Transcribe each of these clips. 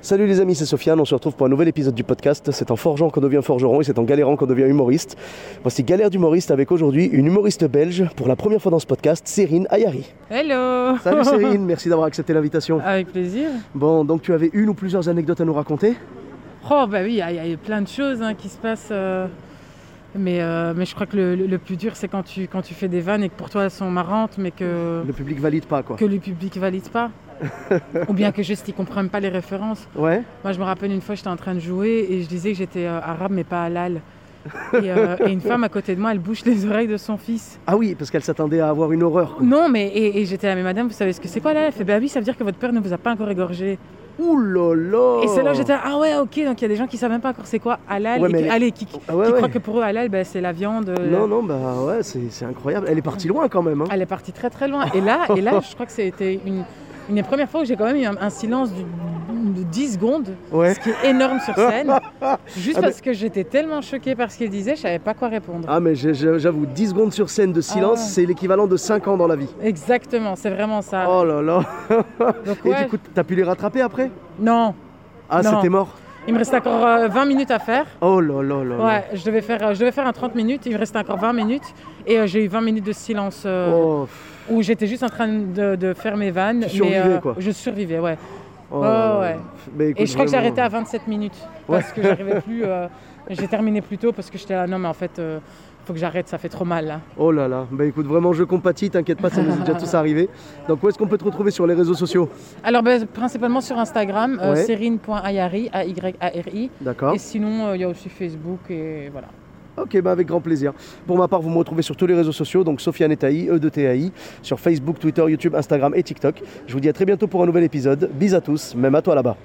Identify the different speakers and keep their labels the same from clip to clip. Speaker 1: Salut les amis, c'est Sofiane, on se retrouve pour un nouvel épisode du podcast. C'est en forgeant qu'on devient forgeron et c'est en galérant qu'on devient humoriste. Voici Galère d'humoriste avec aujourd'hui une humoriste belge pour la première fois dans ce podcast, Cérine Ayari.
Speaker 2: Hello
Speaker 1: Salut Cérine, merci d'avoir accepté l'invitation.
Speaker 2: Avec plaisir.
Speaker 1: Bon, donc tu avais une ou plusieurs anecdotes à nous raconter
Speaker 2: Oh bah oui, il y, a- il y a plein de choses hein, qui se passent. euh, mais, euh, mais je crois que le, le- le plus dur, c'est quand tu, quand tu fais des vannes et que pour toi, elles sont marrantes, mais que,
Speaker 1: Le public valide pas quoi.
Speaker 2: que le public valide pas. Ou bien que juste, ils comprennent pas les références.
Speaker 1: Ouais
Speaker 2: Moi, je me rappelle une fois, j'étais en train de jouer et je disais que j'étais euh, arabe, mais pas halal. Et, euh, et une femme à côté de moi, elle bouche les oreilles de son fils.
Speaker 1: Ah oui, parce qu'elle s'attendait à avoir une horreur. quoi.
Speaker 2: Non, mais et, et j'étais là, mais madame, vous savez ce que c'est quoi là Elle fait, bah oui, ça veut dire que votre père ne vous a pas encore égorgé.
Speaker 1: Ouh là là
Speaker 2: Et c'est là où j'étais, ah ouais, ok, donc il y a des gens qui savent même pas encore c'est quoi halal,
Speaker 1: Oh. Ouais,
Speaker 2: et
Speaker 1: mais
Speaker 2: qui,
Speaker 1: elle est-
Speaker 2: allez, qui, qui
Speaker 1: Ah ouais, ouais.
Speaker 2: croient que pour eux halal, ben, c'est la viande. euh,
Speaker 1: Non, non, bah ouais, c'est c'est incroyable. Elle est partie loin quand même. hein.
Speaker 2: Elle est partie très très loin. Et là, et là je crois que c'était une, une des premières fois où j'ai quand même eu un, un silence du- de 10 secondes,
Speaker 1: Ouais.
Speaker 2: ce qui est énorme sur scène, juste
Speaker 1: Ah,
Speaker 2: parce que j'étais tellement choquée par ce qu'il disait, je savais pas quoi répondre.
Speaker 1: Ah mais j'ai- j'ai- j'avoue, 10 secondes sur scène de silence,
Speaker 2: ouais.
Speaker 1: c'est l'équivalent de 5 ans dans la vie.
Speaker 2: Exactement, c'est vraiment ça.
Speaker 1: Oh là là
Speaker 2: Donc,
Speaker 1: Et
Speaker 2: ouais,
Speaker 1: du coup, t'as pu les rattraper après
Speaker 2: non,
Speaker 1: Ah,
Speaker 2: Non.
Speaker 1: c'était mort
Speaker 2: il me reste encore euh, 20 minutes à faire.
Speaker 1: Oh là là là là.
Speaker 2: Ouais, je devais faire, euh, je devais faire un 30 minutes, il me restait encore 20 minutes, et euh, j'ai eu 20 minutes de silence. euh,
Speaker 1: Oh, pff,
Speaker 2: où j'étais juste en train de, de faire mes vannes.
Speaker 1: Tu survivais,
Speaker 2: mais, euh,
Speaker 1: quoi.
Speaker 2: Je survivais, ouais.
Speaker 1: oh,
Speaker 2: Ouais,
Speaker 1: là là
Speaker 2: ouais.
Speaker 1: là. Mais écoute,
Speaker 2: Et je crois que j'ai
Speaker 1: vraiment. euh,
Speaker 2: arrêté à 27 minutes parce que j'arrivais plus. euh, j'ai terminé plus tôt parce que j'étais là, non, mais en fait, euh, faut que j'arrête, ça fait trop mal. là.
Speaker 1: Oh là là, bah écoute, vraiment, je compatis, t'inquiète pas, ça nous est déjà tous arrivé. Donc, où est-ce qu'on peut te retrouver sur les réseaux sociaux
Speaker 2: Alors, ben, principalement sur Instagram, euh,
Speaker 1: Ouais.
Speaker 2: serine.ayari, A-Y-A-R-I.
Speaker 1: D'accord.
Speaker 2: Et sinon, euh, il y a aussi Facebook et voilà.
Speaker 1: Ok, bah avec grand plaisir. Pour ma part, vous me retrouvez sur tous les réseaux sociaux, donc Sofiane et Taï, E de TAI, sur Facebook, Twitter, YouTube, Instagram et TikTok. Je vous dis à très bientôt pour un nouvel épisode. Bis à tous, même à toi là-bas.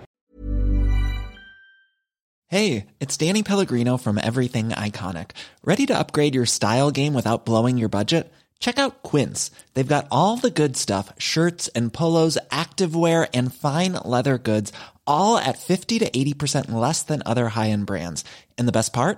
Speaker 3: Hey, it's Danny Pellegrino from Everything Iconic. Ready to upgrade your style game without blowing your budget? Check out Quince. They've got all the good stuff shirts and polos, activewear, and fine leather goods, all at 50 to 80% less than other high end brands. And the best part?